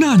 大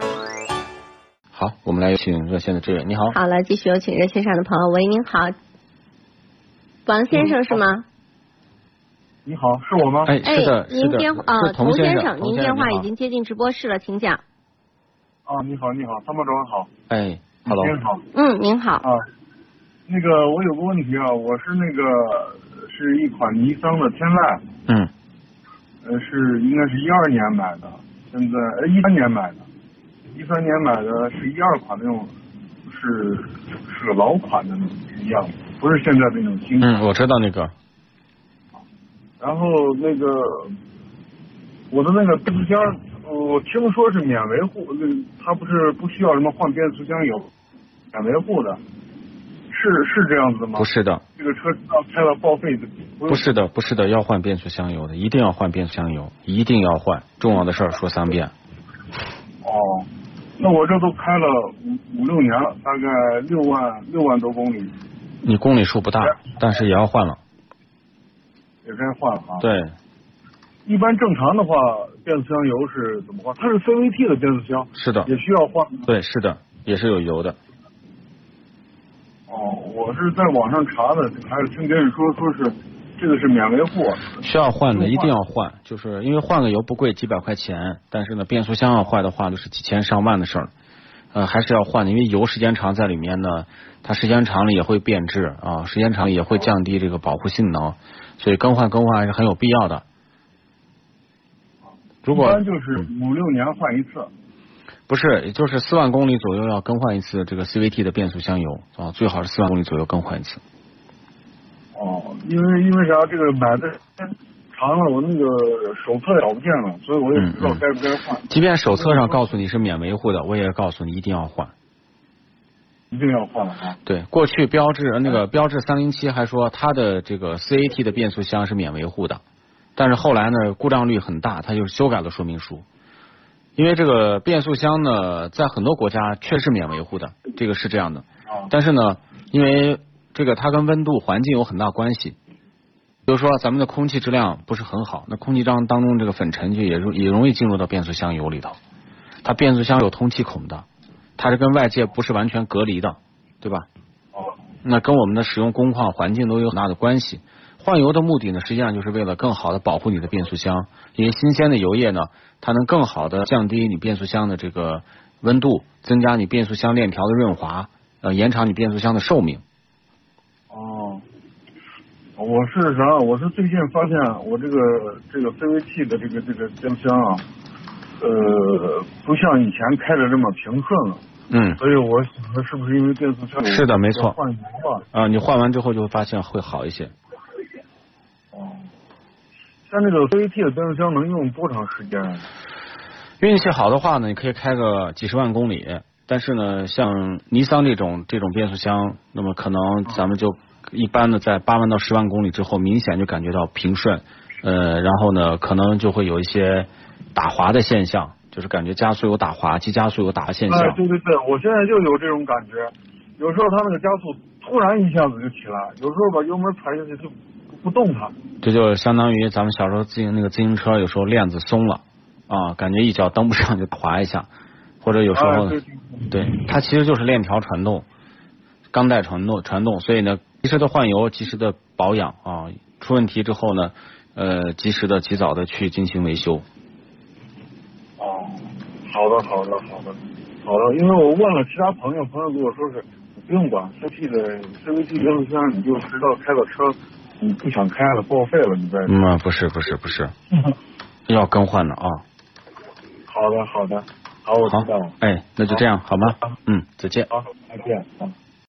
好，我们来有请热线的志远，你好。好了，继续有请热线上的朋友。喂，您好，王先生是吗？你好，是我吗？哎，是的，是您的，电呃，是童先生，童您电话你已好经接进直播室了，请讲。啊，你好，你好，参谋长好，哎你，hello，好嗯，您好，啊。那个，我有个问题啊，我是那个是一款尼桑的天籁，嗯，呃，是应该是一二年买的，现在呃一三年买的，一三年买的是一二款那种，是是个老款的那种一样，不是现在那种新款。嗯，我知道那个，然后那个我的那个变速箱，呃我听说是免维护，那个它不是不需要什么换变速箱油，免维护的，是是这样子吗？不，是的，这个车要开了报废的，不不用是的，不是的，要换变速箱油的，一定要换变速箱油，一定要换，重要的事儿说三遍。哦。那我这都开了五五六年了，大概六万六万多公里，你公里数不大，但是也要换了。也该换了啊。，对，一般正常的话，变速箱油是怎么换？它是 CVT 的变速箱，是的，也需要换吗。对，是的，也是有油的。哦，我是在网上查的，还是听别人说说是这个是免维护，需要换的，不用换一定要换，就是因为换个油不贵，几百块钱，但是呢，变速箱要坏的话，就是几千上万的事儿，呃，还是要换的，因为油时间长在里面呢，它时间长了也会变质啊，时间长了也会降低这个保护性能，所以更换更换还是很有必要的。如一果嗯般就是五六年换一次。不是，也就是四万公里左右要更换一次这个 CVT 的变速箱油啊，最好是四万公里左右更换一次。哦，因为因为啥？这个买的时间长了，我那个手册也找不见了，所以我也不知道嗯嗯该不该换，即便手册嗯上告诉你是免维护的，我也告诉你一定要换。一定要换了啊。对，过去标致呃那个标致三零七还说它的这个 CAT 的变速箱是免维护的，但是后来呢故障率很大，它就修改了说明书。因为这个变速箱呢，在很多国家确实免维护的，这个是这样的。啊，但是呢，因为这个它跟温度、环境有很大关系。比如说，咱们的空气质量不是很好，那空气当当中这个粉尘就也容也容易进入到变速箱油里头。它变速箱有通气孔的，它是跟外界不是完全隔离的，对吧？哦，那跟我们的使用工况、环境都有很大的关系。换油的目的呢，实际上就是为了更好的保护你的变速箱，因为新鲜的油液呢，它能更好的降低你变速箱的这个温度，增加你变速箱链条的润滑，呃，延长你变速箱的寿命。哦。我是啥？我是最近发现我这个这个 CVT 的这个这个变速箱啊，呃，不像以前开的这么平顺了，嗯，所以我想着是不是因为变速箱有是的没错要换油啊？啊、你换完之后就会发现会好一些。哦，像这个 CVT 的变速箱能用多长时间？啊运气好的话呢，你可以开个几十万公里，但是呢，像尼桑这种这种变速箱，那么可能咱们就一般的在八万到十万公里之后，明显就感觉到平顺，呃，然后呢，可能就会有一些打滑的现象，就是感觉加速有打滑，急加速有打滑现象。哎，对对对，我现在就有这种感觉，有时候它那个加速突然一下子就起来，有时候把油门踩下去就不动它。这就相当于咱们小时候自行那个自行车，有时候链子松了啊，感觉一脚蹬不上就滑一下，或者有时候哎、呢对对对对，它其实就是链条传动、钢带传动、传动，所以呢，及时的换油、及时的保养啊，出问题之后呢，呃，及时的、及早的去进行维修。哦，好的好的好的好的，因为我问了其他朋友，朋友跟我说是不用管 CVT 的 CVT 变速箱，你就直到开到车你不想开了报废了，你再。嗯，啊不是，不是，不是，要更换的啊。好的好的，好，我好知道了。，哎，那就这样好吗？嗯，再见。好，再见。嗯。